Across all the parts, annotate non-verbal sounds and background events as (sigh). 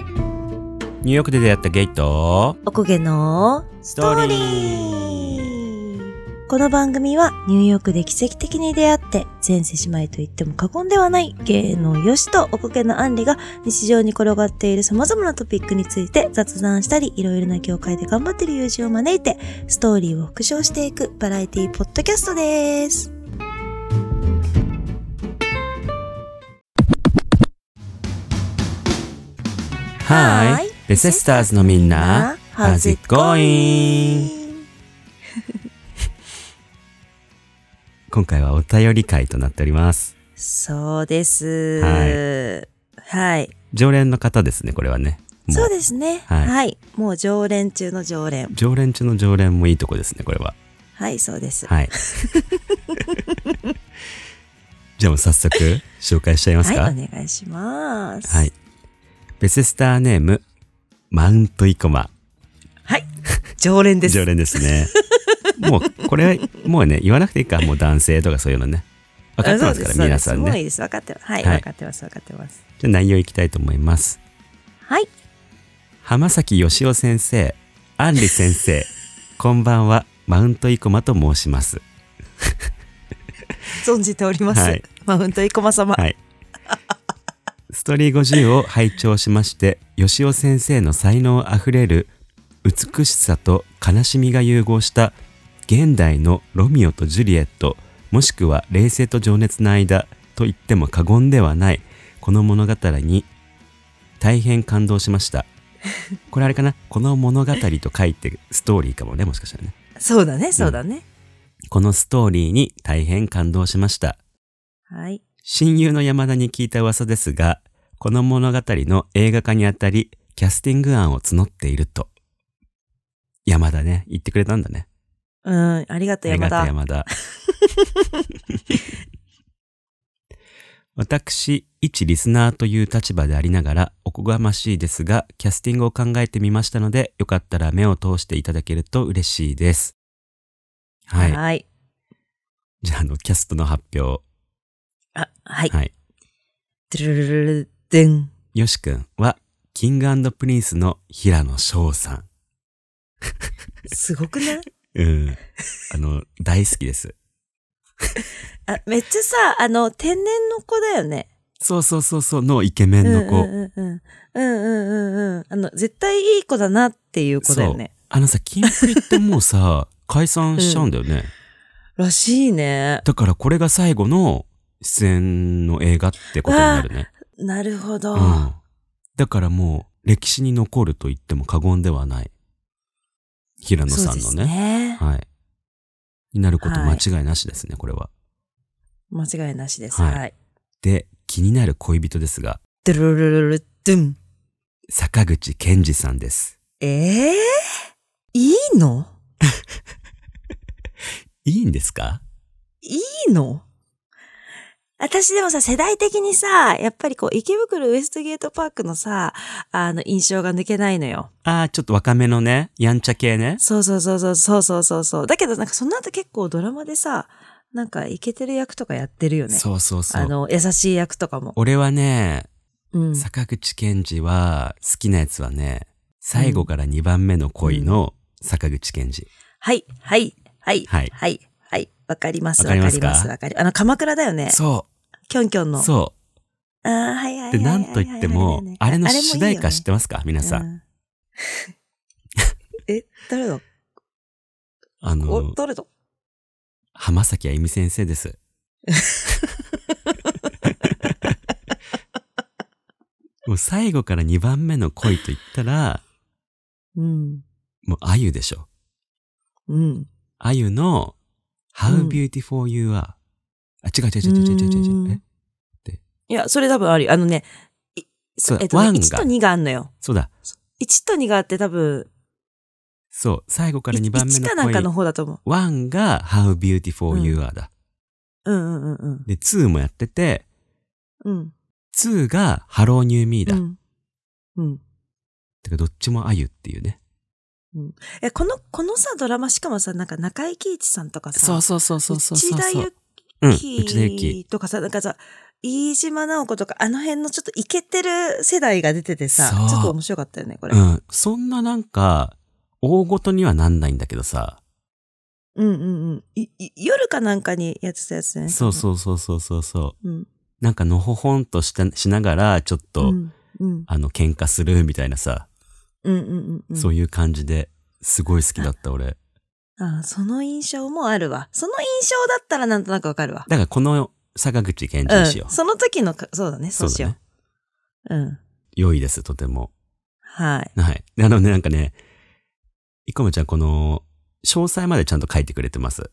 ニューヨークで出会ったゲイとおこげのスストーリーこの番組はニューヨークで奇跡的に出会って前世姉妹と言っても過言ではない芸能よしとおこげのあんりが日常に転がっている様々なトピックについて雑談したりいろいろな業界で頑張っている友人を招いてストーリーを復唱していくバラエティポッドキャストです。は Hi いベセスターズのみんな How's it going? 今回はお便り会となっておりますそうです。はい常連の方ですねこれはねもそうですね、ははいい。もう常連中の常連。常連中の常連もいいとこですねこれははい、そうです。 (laughs) はいじゃあもう早速紹介しちゃいますかはい、お願いします。はい。。ベセスターネーム、マウントイコマ。はい。 (laughs) 常連です。常連ですね。もう、これ、もうね、言わなくていいか。もう男性とかそういうのね。分かってますから、皆さんもういね。いです。分かってます。はい、はい分かってます。分かってます。じゃあ内容いきたいと思います。はい。浜崎義夫先生、アンリ先生、こんばんは。マウントイコマと申します。存じております。はいマウント生駒様。はい。ストーリー50を拝聴しまして、吉尾先生の才能あふれる美しさと悲しみが融合した現代のロミオとジュリエット、もしくは冷静と情熱の間と言っても過言ではないこの物語に大変感動しました。これあれかなこの物語と書いてストーリーかもね、もしかしたらね。そうだね、そうだね。このストーリーに大変感動しました。はい。親友の山田に聞いた噂ですが、この物語の映画化にあたり、キャスティング案を募っていると。山田ね、言ってくれたんだね。うん、ありがとう、山あ田。りがとう山田。(laughs) 私、一リスナーという立場でありながら、おこがましいですが、キャスティングを考えてみましたので、よかったら目を通していただけると嬉しいです。はい。はい。じゃあ、あの、キャストの発表。あ、はい。はい。ドゥルルルルルデン。よしくんは、キングプリンスの平野翔さん。すごくないうん。あの、大好きです。あ、めっちゃさ、あの、天然の子だよね。そうそうそうそう、のイケメンの子。うんうんうんうんうんうんうん。あの、絶対いい子だなっていう子だよね。あのさ、キンプリってもう (laughs) さ、解散しちゃうんだよね。らしいね。だからこれが最後の出演の映画ってことになるね。なるほど。うん。だからもう、歴史に残ると言っても過言ではない。平野そさうんでのすね。ね。はい。になること間違いなしですね、これは。間違いなしです。はいはい。で、気になる恋人ですが、ドゥルルルルドゥン。坂口健二さんです。ええいいのいいんですかいいの私でもさ、世代的にさ、やっぱりこう、池袋ウエストゲートパークのさ、あの、印象が抜けないのよ。ああ、ちょっと若めのね、やんちゃ系ね。そうそうそうそうそうそうそうそう。だけどなんかその後結構ドラマでさ、なんかイケてる役とかやってるよね。そうそうそあう。の、優しい役とかも。俺はね、うん。坂口健二は、好きなやつはね、最後から2番目の恋の坂口健二。はい、はい、はい、ははいい、はい、わかります、わわかかりりまますす、かわかりあの、鎌倉だよね。そキョンキョンう、の。そああ、はいはいはう。い。で、なんと言っても、あれの主題歌知っててますか皆まさん。 (laughs) ん。え、誰だあお、の、誰だ浜崎あゆみ先生です。もう最後から2番目の恋と言ったら、うん。もうあゆでしょ。うん。あゆの、う How ん beautiful you are、あ、違う違う違う違う違う違ううーんえいや、それ多分あるよ。あのね、いそう、えっと、ワね、ン1がと。2があんのよ。そうだ。 1と2があって多分、そう。最後から2番目1かなんかのの恋。方だと思う。ワンが How beautiful you are だ。うんうんうんうん。で、ツーもやってて、うん。ツーが Hello New Me だ。うん。うん。てか、どっちもあゆっていうね。え、この、このさ、ドラマ、しかもさ、なんか中井貴一さんとかさ、そうそうそうそうそうそう。内田有うん、紀内田ゆき。とかさ、なんかさ、飯島直子とか、あの辺のちょっとイケてる世代が出ててさそ、うちょっと面白かったよね、これ。ううん、ん。そんななんか、大ごとにはなんないんだけどさ。うん、うんうんいい夜かなんかにやってたやつね。そうそうそうそうそうそう。う。うん。なんかのほほんとしたしながら、ちょっと、うん。うん。あの、喧嘩するみたいなさ、うんうんうん。そういいう感じで、すごい好きだった俺。うん。ああ、その印象もあるわ。その印象だったらなんとなくわかるわ。だからこの坂口健う二ん。にしよう。その時のか、そうだね、そうしだよね。う。うん。良いです、とても。はい。はい。あのね、なんかね、いこめちゃん、この、詳細までちゃんと書いてくれてます。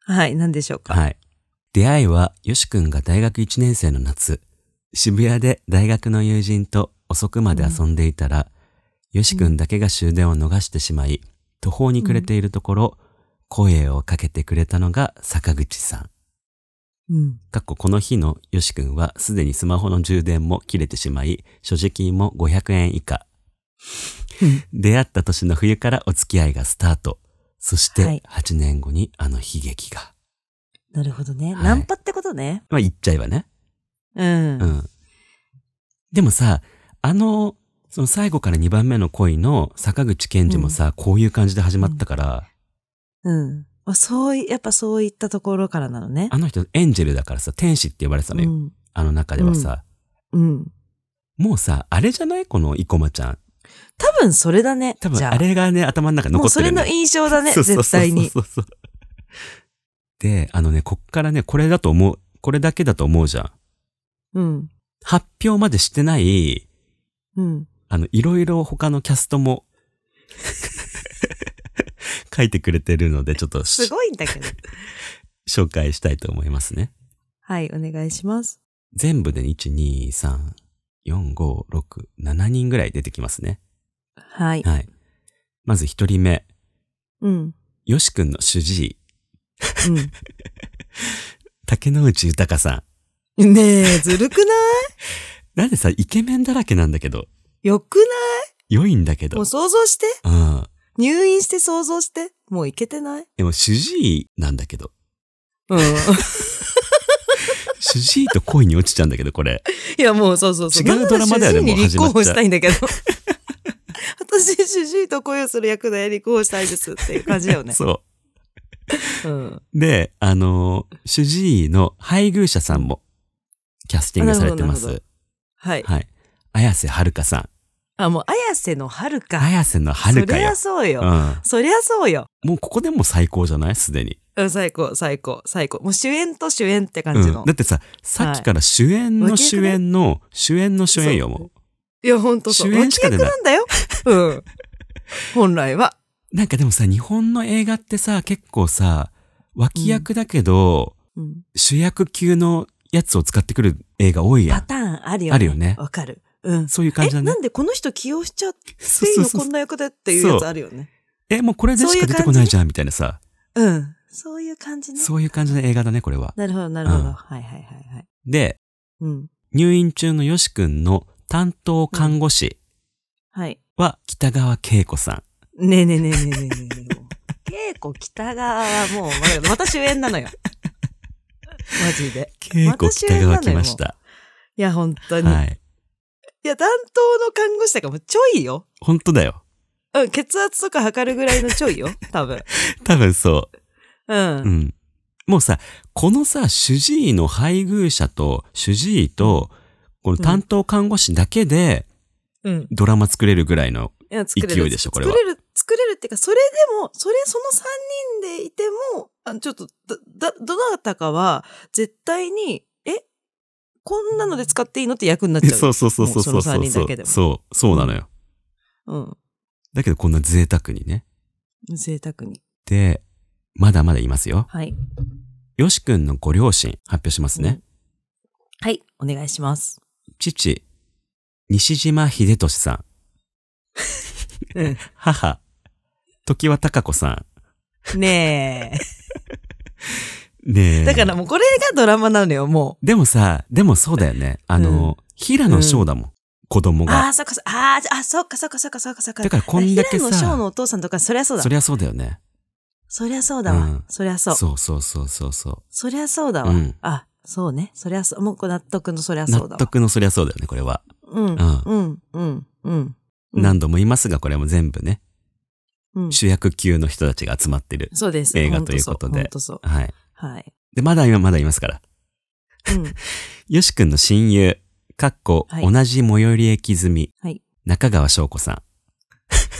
はい、なんでしょうか。はい。出会いは、よしくんが大学1年生の夏、渋谷で大学の友人と遅くまで遊んでいたら、よしくんだけが終電を逃してしまい、途方に暮れているところ、声をかけてくれたのが坂口さん。うん。かっここの日のよしくんはすでにスマホの充電も切れてしまい、所持金も500円以下。出会った年の冬からお付き合いがスタート。そしはてい8年後にあの悲劇が。なるほどね。はいナンパってことね。まあ言っちゃえばね。うん。ううん。ん。でもさ、あの、その最後から2番目の恋の坂口健二もさ、こういう感じで始まったから、あそうい、やっぱそういったところからなのね。あの人エンジェルだからさ、天使って呼ばれてたのよ。うん。あの中ではさ。うん。もうさ、あれじゃないこの生駒ちゃん。多分それだね。多分じゃあれがね、頭の中に残もっうてそるれんだよの印象だね、そうそう絶対に。そうそうそうで、あのね、こっからね、これだと思う、これだけだと思うじゃん。うん。発表までしてない、うん。あの、いろいろ他のキャストも、書いてくれてるので、ちょっとしすごいんだけ (laughs) ど。紹介したいと思いますね。はい、お願いします。全部で1、2、3、4、5、6、7人ぐらい出てきますね。はい。はい。まず1人目、うん。よしくんの主治医、う竹野内豊さん。(laughs) ん。ねえ、ずるくないなんでさ、イケメンだらけなんだけど、よくない良いんだけもどう。想像して。うん。入院して想像して。もういけてないでも主治医なんだけど。 (laughs) うん。主治医と恋に落ちちゃうんだけど、こ (laughs) れ。いや、もうそうそうそう。違うドラマだよねなんなら主治医に立候もう補始まっちしゃたいんだけど。 (laughs) 私、主治医と恋をする役で立候補したいですっていう感じだよね。 (laughs) そうん。う。で、あのー主治医の配偶者さんもキャスティングされてまなるす。はい。はい。綾瀬はるかさん。あ、もう、綾瀬の遥か。綾瀬のはるかそりよゃ。そうよ。うん。そりゃそうよ。もうここでもう最高じゃないすでに、うん、最高、最高、最高。もう主演と主演ってう感じの。ん。だってさ、さっきから主演はいの主演の、主演の主演よ、もいや、ほんとそう。主演しか出ない脇役なんだよ。うん。本来は。う。なんかでもさ、日本の映画ってさ、結構さ、脇役だけど、うん、主役級のやつを使ってくる映画多いやパん。ターンあるよね。あるよねわかる。うん。そういう感え、じだねな。んでこの人起用しちゃってそういいそうのそうこんな役でっていうやつあるよね。え、もうこれでしか出てこないじゃんみたいなさ。うん。そういう感じね。そういう感じの映画だね、これは。なるほど、なるほど。うんはいはいはいはい。で、うん。入院中のよしくんの担当看護師はい。は北川景子さねえねえねえねえねえねえねえ。もう稽古北川はもう、ままた主演なのよ。マジで。ん。景ま子た主演北なのよ川来ました。いや、本当に。、はいい。や、担当の看護師だからもうちょいよ。本当だよ。うん、血圧とか測るぐらいのちょ (laughs) いよ。多分。。多分そうう。うんん。もうさ、このさ、主治医の配偶者と、主治医と、この担当看護師だけでうん。いドラマ作れるぐらいの、や、作れる。勢いでしょこれは作れる、作れるっていうか、それでも、それ、その三人でいても、あちょっと、だ、だ、どなたかは、絶対に、えこんなので使っていいのって役になっちゃう。そうそうそうそうもそううそのそ三う人そだけでう。もそう、そうなのよ。うん。だけどこんな贅沢にね。贅沢に。で、まだまだいますよ。はい。よしくんのご両親発表しますね。はい。お願い (laughs) します。父、西島秀俊さん。うん。 (laughs) 母、常盤孝子さねん。ねえ。え。だから、もうこれがドラマなのよ、もでもさ、でもそうだよね。あの、平野翔だもん。子供う。あが。あ、そっかそっか、あーあ、そっかそっかそっかそっかそっか。だからこんだけ平野翔さ、のお父さんとか、そりゃそうだそ。りゃそうだよね。そりゃそうだわ。うんそりゃそう。そうそうそうそうそう。そりゃそうだわ。うんあ、そうね。そりゃそう、もう納得のそりゃそう納だわ。得のそりゃそうだよね、これは。うん。うん。うん。うん。うん何度も言いますが、これも全部ね、うん。主役級の人たちが集まってる。そうです。映画ということで本当そう。本はい。当そうはい。で、まだ今、まだいますから。うん。よしくんの親友、かっこ、はい同じ最寄り駅済み、はい中川翔子さ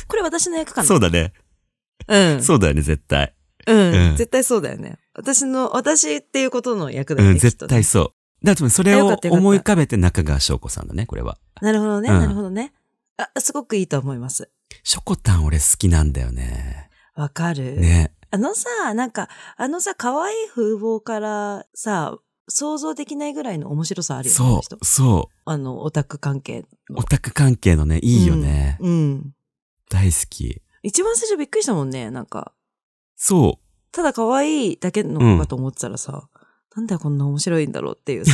これ私の役かん。なそうだね。うん。そうだよね、絶対。うん。うん絶対そうだよね。私の、私っていうことの役だうよね。ん、きっ絶とね対そう。だからそれあよかをったよかった思い浮かべて中川翔子さんだね、これは。なるほどね、うんなるほどね。あ、すごくいいと思います。しょこたん俺好きなんだよね。わかる。ね。あのさ、なんか、あのさ、可愛い風貌からさ、想像できないぐらいの面白さあるよね。あのそ人う、そあの、オタク関係。う。オタク関係のね、いいよね。うん。大好き。一番最初びっくりしたもんね。なんか、そただ可愛いだけの子かと思ってたらさ、なんだよこんな面白いんだろうっていう (laughs) さ、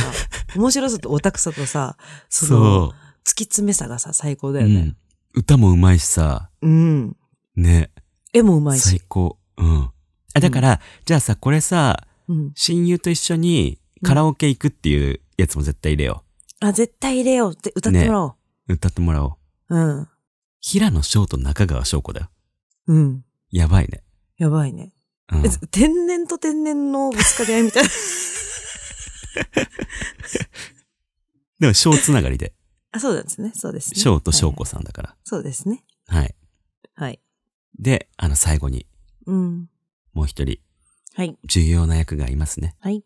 面白さとオタクさとさ、う、その、そ突き詰めさがさ、最高う。だうよねん。。歌もうまいしさ、うん。ね。絵もうまい最し。高。うん。あ、だから、じゃあさ、これさ、うん。親友と一緒にカラオケ行くっていうやつも絶対入れよあ、絶対入れようって歌ってもらおう。う。歌ってもらおう。うん。平野翔と中川翔子だよ。うん。やばいね。やばいね。うんえ、天然と天然のぶつかり合いみたいな。でも、翔つながりで。 (laughs) あ、そうなんですね。そうですね。翔と翔はい子さんだから。そうですね。はい。はい。で、あの、最後に、うん。もう一人、はい。重要な役がいますね。はい。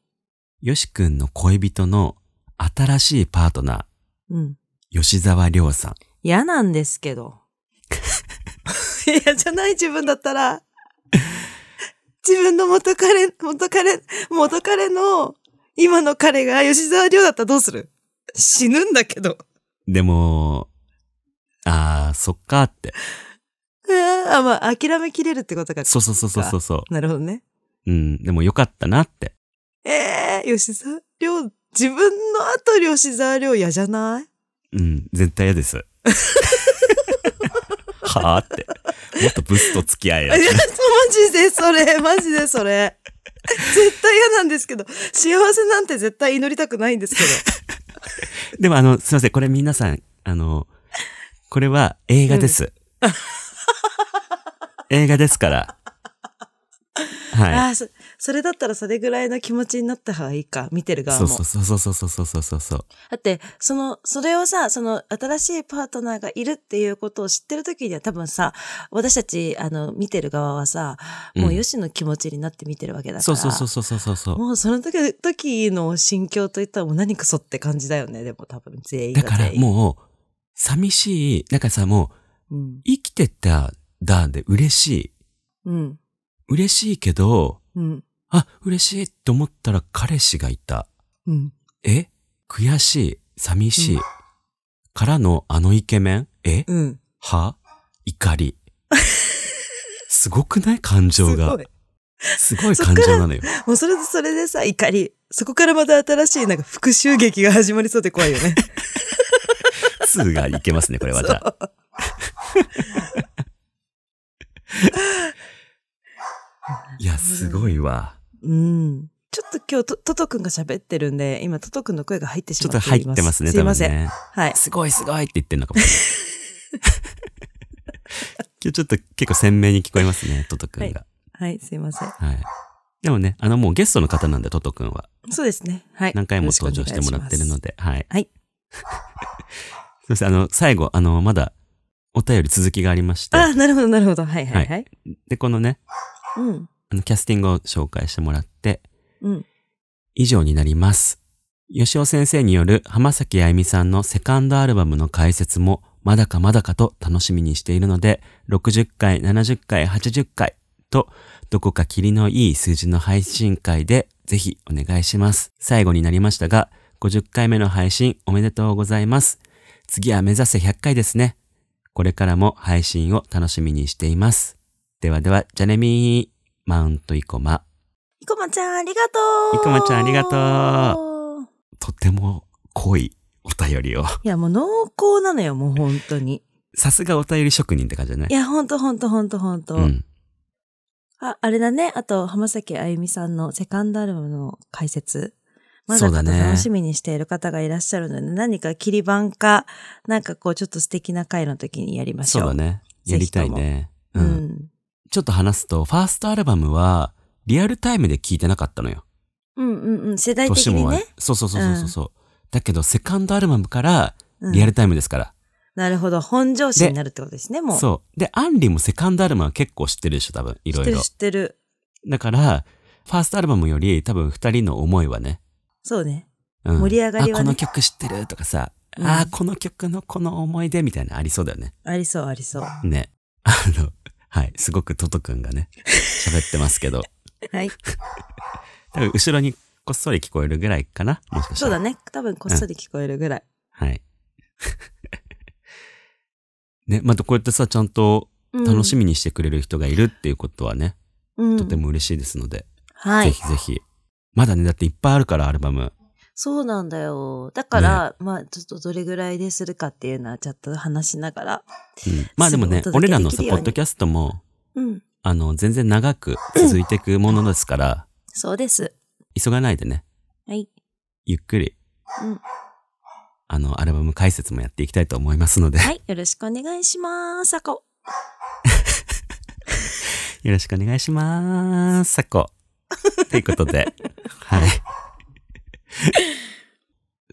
よしくんの恋人の新しいパートナうん。ー、吉沢亮さん。嫌なんですけど。 (laughs) いや、じゃない自分だったら。自分の元彼、元彼、元彼の、今の彼が吉沢亮だったらどうする死ぬんだけど。でも、あー、そっかーって。ああ、まあ、諦めきれるってことか。そうそうそうそうそうそなるほどね。う。うん、でもよかったなって。ええ吉沢亮、自分の後吉沢亮嫌じゃないうん、絶対嫌です。 (laughs) はあって。もっとブスと付き合えよあい。やマジでそれ、マジでそれ。絶対嫌なんですけど、幸せなんて絶対祈りたくないんですけでもあの、すいません、これ皆さん、あの、これは映画 (laughs) です。映画ですから。ど。はああそ、それだったらそれぐらいの気持ちになった方がいいか、見てるい。側そも。うそうそうそうそうそうそうそうそう。だって、その、それをさ、その、新しいパートナーがいるっていうことを知ってる時には多分さ、私たち、あの、見てる側はさ、もううんよしの気持ちになって見てるわけだから。そうそうそうそうそうそう。もうその時時の心境といったらもう何くそって感じだよね。でも多分全員がだから全員もう、寂しい、なんかさ、もう、うん。生きてた、だ、で嬉しい。うん。嬉しいけど、うん。あ、嬉しいって思ったら彼氏がいた。うん。え悔しい、寂しい。からのあのイケメンえうん。は怒り。すごくない感情が。い。すごいそっか感ら情なのよ。もうそれでそれでさ、怒り。そこからまた新しいなんか復讐劇が始まりそうで怖いよね。 2がいけますね、これはじゃあ。いや、すごいわ。うん。ちょっと今日ト、トト君が喋ってるんで、今トト君の声が入ってしちょまっってとい入ってますね、すい多ま分せん。ね。はい。すごいす (laughs) ごいって言ってんのかもしれない。今日ちょっと結構鮮明に聞こえますね、トトくんが。はい、すいません。はい。でもね、あのもうゲストの方なんで、トトくんは。そうですね。はい。何回も登場してもらってるので。で、はい。 (laughs) はい。すいません、あの、最後、あの、まだ、お便り続きがありまして、あ、なるほど、なるほど。はい、はい、はい。で、このね、うん。あの、キャスティングを紹介してもらって、うん。以上になります。吉尾先生による浜崎あゆみさんのセカンドアルバムの解説もまだかまだかと楽しみにしているので、60回、70回、80回とどこか霧のいい数字の配信会でぜひお願いします。最後になりましたが、50回目の配信おめでとうございます。次は目指せ100回ですね。これからも配信を楽しみにしています。ではでは、じゃねみー、マウントイコマ。いこまちゃん、ありがとう。いこまちゃんありがとう。とても濃いお便りを。 (laughs) いや、もう濃厚なのよ、もう本当に。さすがお便り職人って感じだねい。や、ほんとほんとほんとほんと。うん。あ、あれだね。あと、浜崎あゆみさんのセカンドアルバムの解説。まだそうだかとね楽しみにしている方がいらっしゃるので、何か切り板か、なんかこう、ちょっと素敵な回の時にやりましそょうう。だ。ね。やりたいね。う。うんん。ちょっと話すと、ファーストアルバムは、リアルタイムで聴いてなかったのよ。うんうんうん。世代的にわね。そうそうそうそうそう。うだけど、セカンドアルバムから、リアル。ルタイムですから。なるほど。本上司になるってことですね、もう。そう。で、アンリもセカンドアルバムは結構知ってるでしょ、多分。い知ろっいてろる。知ってる。だから、ファーストアルバムより、多分二人の思いはね。そうね。うん、盛り上がりはあ、ねこの曲知ってるとかさ、うんあー、この曲のこの思い出みたいなのありそうだよね。ありそう、ありそう。はね。あの、はい。すごくトトくんがね、喋ってますけ (laughs) ど、い。多分後ろにこっそり聞こえるぐらいかなもしかしたそうら。だね。多分こっそり聞こえるぐらい。はい。 (laughs) ね、またこうやってさ、ちゃんと楽しみ。みにしてくれる人がいるっていうことはね、うん。とても嬉しいですので、はいぜ。ひぜひ。まだね、だっていっぱいあるから、アルバム。そうなんだよ。だから、まあ、ちょっとどれぐらいでするかっていうのは、ちょっと話しながら。うん、まあでもねす、ぐお俺届けらでのきさ、るようにポッドキャストも、うん。あの、全然長く続いていくものですから、そうです。急がないでね、はい。ゆっくり、うんあの、アルバム解説もやっていきたいと思います (laughs) ので、はい。よろしくお願いします。さこ。よろしくお願いしまーす、さ (laughs) こ。ということで、はい。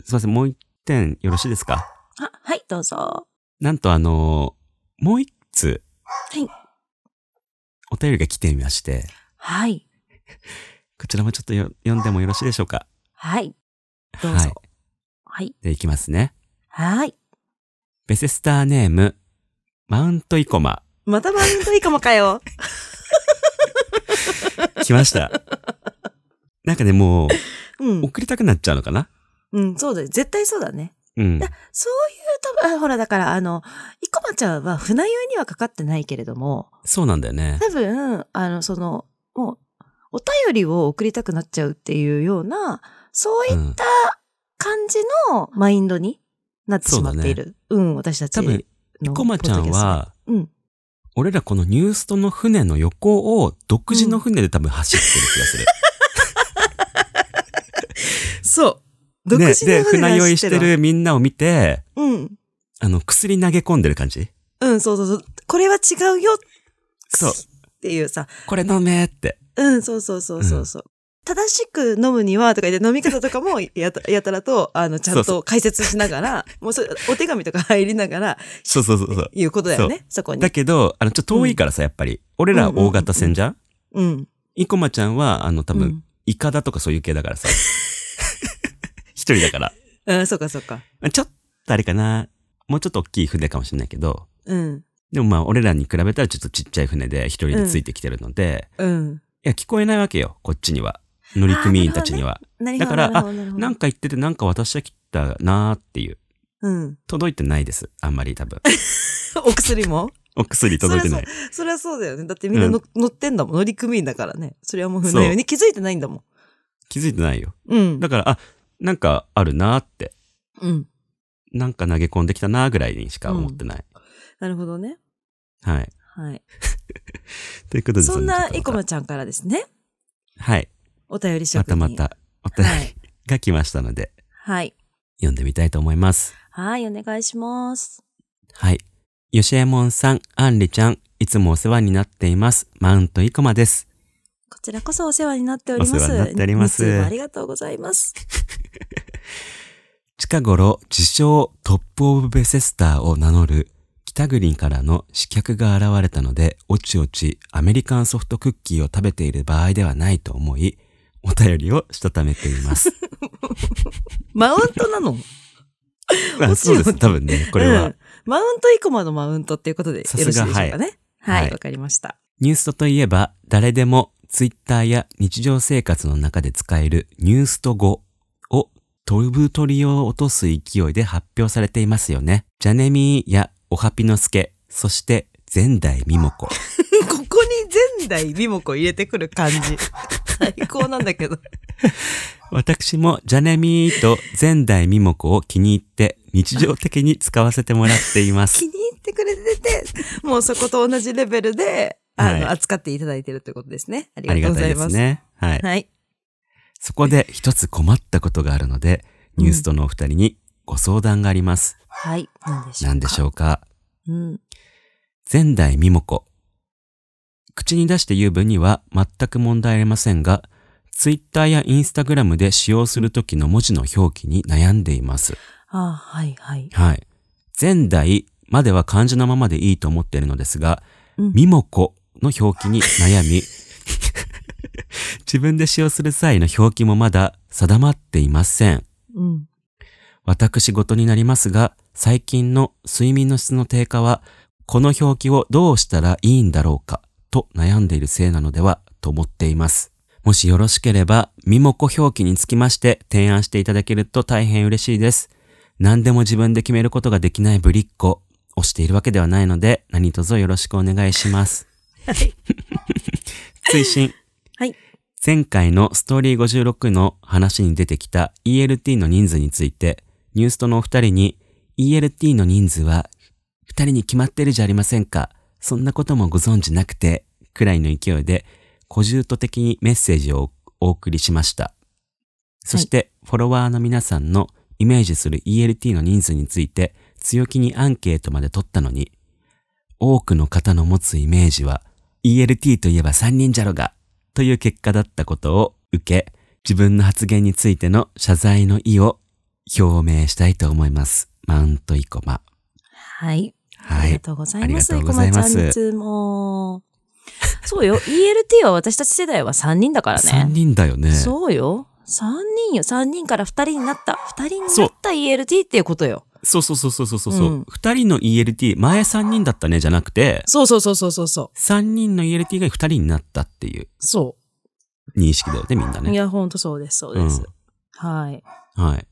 すいません、もう一点よろしいですかあ、はい、どうぞ。なんとあのーもう一つ、いお便りが来ていまして、はい。こちらもちょっとよ読んでもよろしいでしょうかはい。どうはぞい。はい。で、いきますね。はい。ベセスターネーム、マウントイコマ。またマウントイカもか (laughs) よ。来ま (laughs) した。なんかね、もうう、ん。送りたくなっちゃうのかなうん、そうだよ。絶対そうだね。うん。そういう、多分、あほら、だから、あの、イコマちゃんは船酔いにはかかってないけれども、そうなんだよね。。多分、あの、その、もう、お便りを送りたくなっちゃうっていうような、そういううん感じのマインドになってしまっている。うん、私たち多の。分、イコマちゃん、は、うん。俺らこのニュースとの船の横を独自の船で多分走ってる気がする。そう。ねで、船酔いして。るみんなを見て、うん。あの、薬投げ込んでる感じうん、そうそうそう。これは違うよっそう。ていうさ。これ飲めって。うん、そうそうそうそうそう。正しく飲むにはとか言って飲み方とかも (laughs) やたやたらと、あの、ちゃんそうそと解説しながら、もうそれお手紙とか入りながら、そうそうそうそう。いうことだよね、そこにだ。けど、あの、ちょっと遠いからさ、やっぱり。俺らは大型船じゃんうん。イコマちゃんは、あの、多う分ん、イカダとかそういう系だからさ。 (laughs) 一人だから。うん、そうかそうか。ちょっとあれかな。もうちょっと大きい船かもしれないけど。うん。でもまあ、俺らに比べたらちょっとちっちゃい船で一人でついてきてるので、うん。いや、聞こえないわけよ、こっちには。乗組員たちには。なるだほどからなるほどなるほどなんか言ってて、なんか渡してきたなーっていう。うん。届いてないです。あんまり多分。 (laughs) お薬もお薬届いてない。そりゃそうだよね。だってみんなの、乗ってんだもん。乗組員だからね。それはもう船そ酔ういに気づいてないんだもん。気づいてないよ。うん。だから、あ、なんかあるなーって。うん。なんか投げ込んできたなーぐらいにしか思ってない。なるほどね。はい。はい。ということでそんなちょイっとコまマちゃんからですね。たはい。お便りま職た人。また、お便はりいが来ましたので、はい。読んでみたいと思います。はい、お願いします。はい。吉右衛門さん、あんりちゃん、いつもお世話になっています。マウントイコマです。こちらこそお世話になっております。お世話になっておりますいつもありがとうございます。近頃、自称トップオブベセスターを名乗る北国からの刺客が現れたので、おちおちアメリカンソフトクッキーを食べている場合ではないと思い、お便りをしたためてい (laughs) ます。マウントなのまあ、おちそおうちです。多分ね、 (laughs) これうはん。マウントイコマのマウントっていうことでよろしいでしょうさすかがね。はい、はわ、いかりました。 (laughs) ニューストといえば、誰でもツイッターや日常生活の中で使えるニュースト語を飛ぶ鳥を落とす勢いで発表されていますよね。ジャネミーやおはぴのすけ、そして前代未も子。ここに前代美も子入れてくる (laughs) 感じ。最高なんだけど。私もジャネミーと前代未も子を気に入って日常的に使わせてもらっていま気す。に入ってくれてて、もうそこと同じレベルで、あの、はい (laughs) 扱っていただいてるということですね。ありありががたとうございいでますす。ね。はい。はい。そこで一つ困ったことがあるので、ニュースとのお二人にご相談があります。はい。なんでしょうか。何でしょうかう。うん。前代未萌子。口に出して言う分には全く問題ありませんが、ツイッターやインスタグラムで使用するときの文字の表記に悩んでいます。ああ、はい、はい。はい。前代までは漢字のままでいいと思っているのですが、うんみもこの表記に悩み、自分で使用する際の表記もまだ定まっていません。うん。私事になりますが、最近の睡眠の質の低下は、この表記をどうしたらいいんだろうか、と悩んでいるせいなのでは、と思っています。もしよろしければ、みもこ表記につきまして提案していただけると大変嬉しいです。何でも自分で決めることができないぶりっ子をしているわけではないので、何卒よろしくお願いします。推進。はい。前回のストーリー56の話に出てきた ELT の人数について、ニュースとのお二人に、ELT の人数は二人に決まってるじゃありませんか。そんなこともご存知なくて、くらいの勢いで、小獣と的にメッセージをお送りしました。そして、フォロワーの皆さんのイメージする ELT の人数について、強気にアンケートまで取ったのに、多くの方の持つイメージは、ELT といえば3人じゃろが、という結果だったことを受け、自分の発言についての謝罪の意を表明したいと思います。マウントイコマ。はい。あはりがい。とうございます。あ生りがとうご駒ざいちまゃすん、いつも。そうよ。ELT は私たち世代は3人だから3ね。人だよね。そうよ。3人よ。3人から2人になった。2人になった ELT っていうことよ。そうそうそうそうそうそう。うん2人の ELT、前3人だったねじゃなくて、そうそうそうそうそうそ3人の ELT が2人になったっていうう。そ認識だよね、みんなう。いね。や、ほんとそうです、そうです。はい。はい。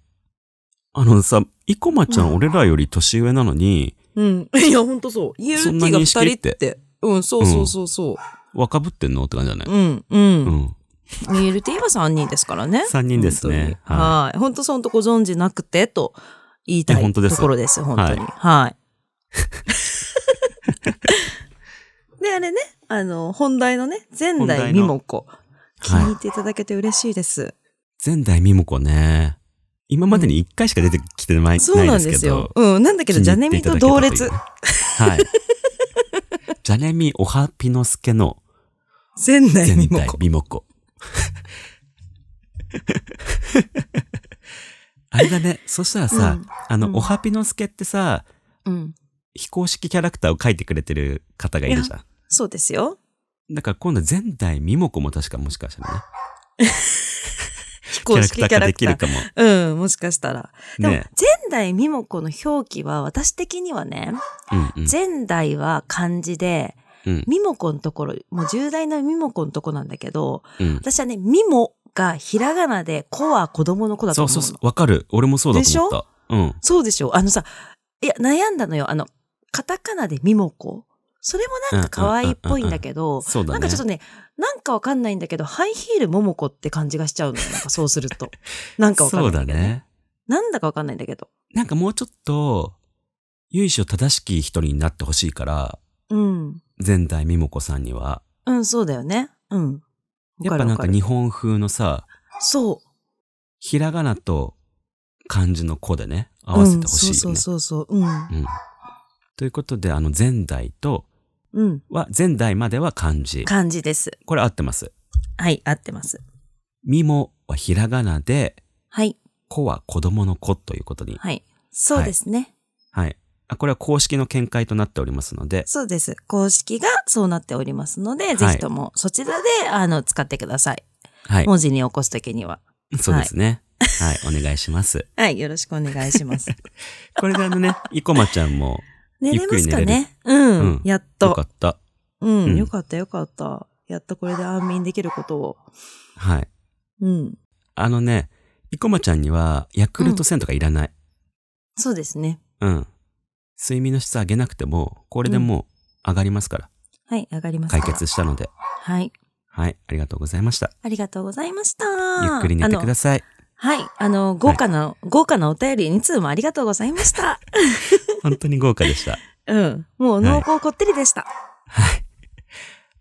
あのさ、イコマちゃん、うん俺らより年上なのに、うん。 (laughs) いや、ほんとそう。そんな ELT が2認識人っってて。うん、そうそうそうそ。若ぶってんのって感じじゃないううん、うん。うん。 ELT は3人ですからね。 3人ですね本当にはい。本当そのとご存知なくてと言いたえい本当とですころです。本当に。ははいい。 (laughs) で、あれね、あの、本題のね、前本代題未の萌子。気に入っていただけて嬉しいです。前代未萌子ね。今までに1回しか出てきてない,、そうなないんでですけすよど。。うん。なんだけど、ジャ気にネ入ってミいたとだけた同という列。はい。ジャネミ・オハピノスケの前代前代未萌未子。萌子。あれだね。そしたらさ、うんあの、うんオハピノスケってさ、うん。非公式キャラクターを描いてくれてる方がいるじゃん。そうですよ。だから今度前代未萌子も確かもしかしたらね、非キャ公ラ式クターキャ化ラでクきタるー。かも。うん、もしかしたら。でも、ね。前代未萌子の表記は、私的にはね、うんうん。前代は漢字で、うんミモコのところ、もう重大なミモコのとこなんだけど、うん私はね、ミモがひらがなで、子は子供の子だとそう思うの。そうそう。わかる。俺もそうだと思った。うん。そうでしょあのさ、いや、悩んだのよ。あの、カタカナでミモコ。それもなんか可愛いっぽいんだけど、そうだね。なんかちょっとね、なんかわかんないんだけど、ハイヒールモモコって感じがしちゃうのよ。なんかそうすると。 (laughs) なんかわかんそなういだんだけど、ね。ね。なんだかわかんないんだけど。なんかもうちょっと、由緒正しき人になってほしいから、うん。前代未萌子さんには。うん、そうだよね。うん。やっぱなんかわるわ日本風のさ、るそう。ひらがなと漢字の子でね、合わせてほしいよね。うん、そうそうそうそう。うん。うんということで、あの、前代とうん。は、前代までは漢字。感じです。これ合ってます。はい、合ってます。みもはひらがなで、はい、子は子供の子ということに。はい。そうですね。はい。あこれは公式の見解となっておりますので、そうです。公式がそうなっておりますので、いぜひともそちらで、あの、使ってください。はい。文字に起こすときには。そうですね。はい、お願いします。はい、よろしくお願い (laughs) します。これであのね、生駒ちゃんも、寝ゆっれくまりす寝かれるねうん、うんやっよとか。った。うん、うんよかったよかった。やっとこれで安眠できることを。はい。うん。あのね、生駒ちゃんには、ヤクルト1000とかいらない。そうですね。うん。睡眠の質上げなくても、これでもう上がりますから。はい、上がりますか解ら。決したので。はい。はい。ありがとうございました。ありがとうございました。ゆっくり寝てください。はい。あの、 (laughs) 豪華な、豪華なお便り2通もありがとうございました。本当に豪華でした。うん。もう濃厚こってりでした。はい。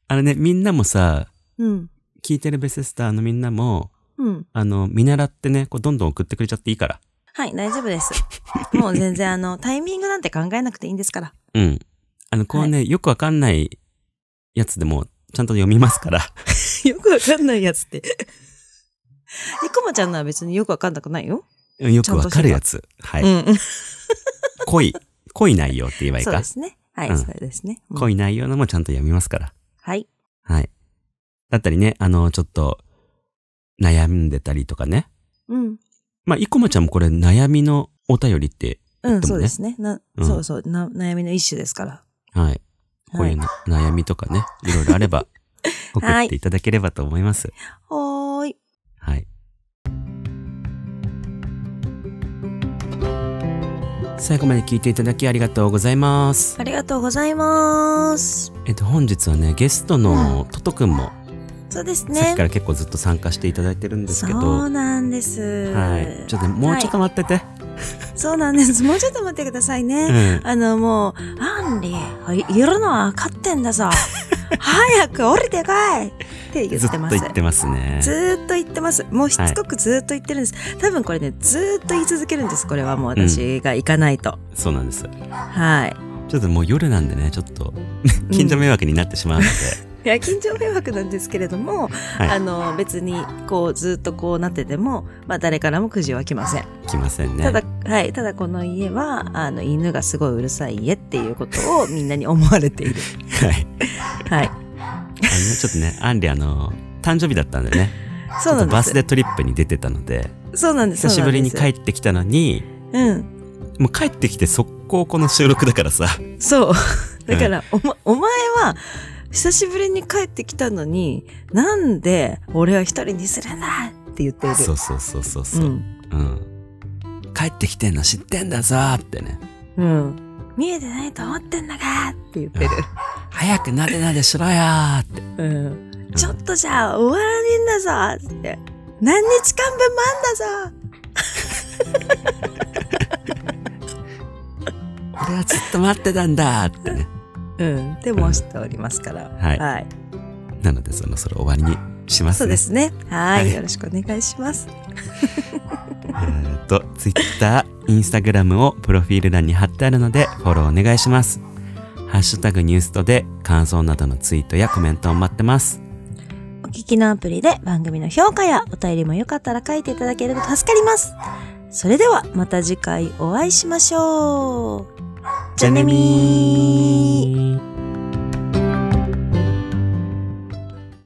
あのね、みんなもさ、うん。聞いてるベセスターのみんなも、うん。あの、見習ってね、こうどんどん送ってくれちゃっていいから。はい、大丈夫です。もう全然あの、 (laughs) タイミングなんて考えなくていいんですから。うん。あの、こうね、よくわかんないやつでも、ちゃんと読みますから。 (laughs) よくわかんないやつって。 (laughs) え、こまちゃんのは別によくわかんなくないよ。うんよくわかるやつ。はい。うん。濃い、濃い内容って言えばいいそうかで。すね。はい、うんそれですね。うん濃い内容のもちゃんと読みますから。はい。はい。だったりね、あの、ちょっと、悩んでたりとかね。うん。まあ、いこまちゃんもこれ悩みのお便りって、うん、でもねそうですね。な、うんそうそう、な、悩みの一種ですから。はい。こういうはい。な、悩みとかね、いろいろあれば、送っていただければと思います。ほーい。はい。最後まで聞いていただきありがとうございます。ありがとうございます。えっと、本日はね、ゲストのトトくんも、そうですさっきねか。ら結構ずっと参加していただいてるんですけそどう、なんです。はい。ちょっとねもうちょっと待ってて。そうなんです。もうちょっと待ってくださいね。うん。あの、もう、アンリ、いいるのは分かってん (laughs) だぞ。早く降りてこいって言ずっってとます言。ってますね。ずーっと言ってます。もうしつこくずーっと言ってるんです。多分これね、ずーっと言い続けるんです。これはもう私が行かないと。そうなんです。はい。ちょっともう夜なんでね、ちょっと、近所迷惑になってしまうので、いや、緊張迷惑なんですけれども、いあの、別に、こう、ずっとこうなってても、まあ、誰からもくじは来ません。来ませんね。ただ、はい、ただこの家は、あの、犬がすごいうるさい家っていうことをみんなに思われて (laughs) いる。はい。はい。あのねちょっとね、アンリあの、誕生日だったんでね、そうちょなっんとバーでスす。デートリップに出てたので、そうなんです。久しぶりに帰って。ってきたのに、うん。もう帰ってきて速攻この収録だからさ、 (laughs) そう。だから、おま、お前は、久しぶりに帰ってきたのに、なんで、俺は一人にするんだって言っている。そうそうそうそうそう、うんん。帰ってきてんの知ってんだぞーってね、うん。見えてないと思ってんだかって言ってる。早くなでなでしろよーって。うんちょっとじゃあ終わらねえんだぞつって。何日間分もあんだぞ俺はずっと待ってたんだーってね。うん。でもしておりますから。はいはい。なのでそろそろ終わりにしますそうね。ですね。ははいい。よろしくお願いします。えーと、Twitter、Instagram をプロフィール欄に貼ってあるのでフォローお願いします。ハッシュタグニュースとで感想などのツイートやコメントを待ってます。お聞きのアプリで番組の評価やお便りもよかったら書いていただけると助かります。それではまた次回お会いしましょう。じゃあねみー。ー。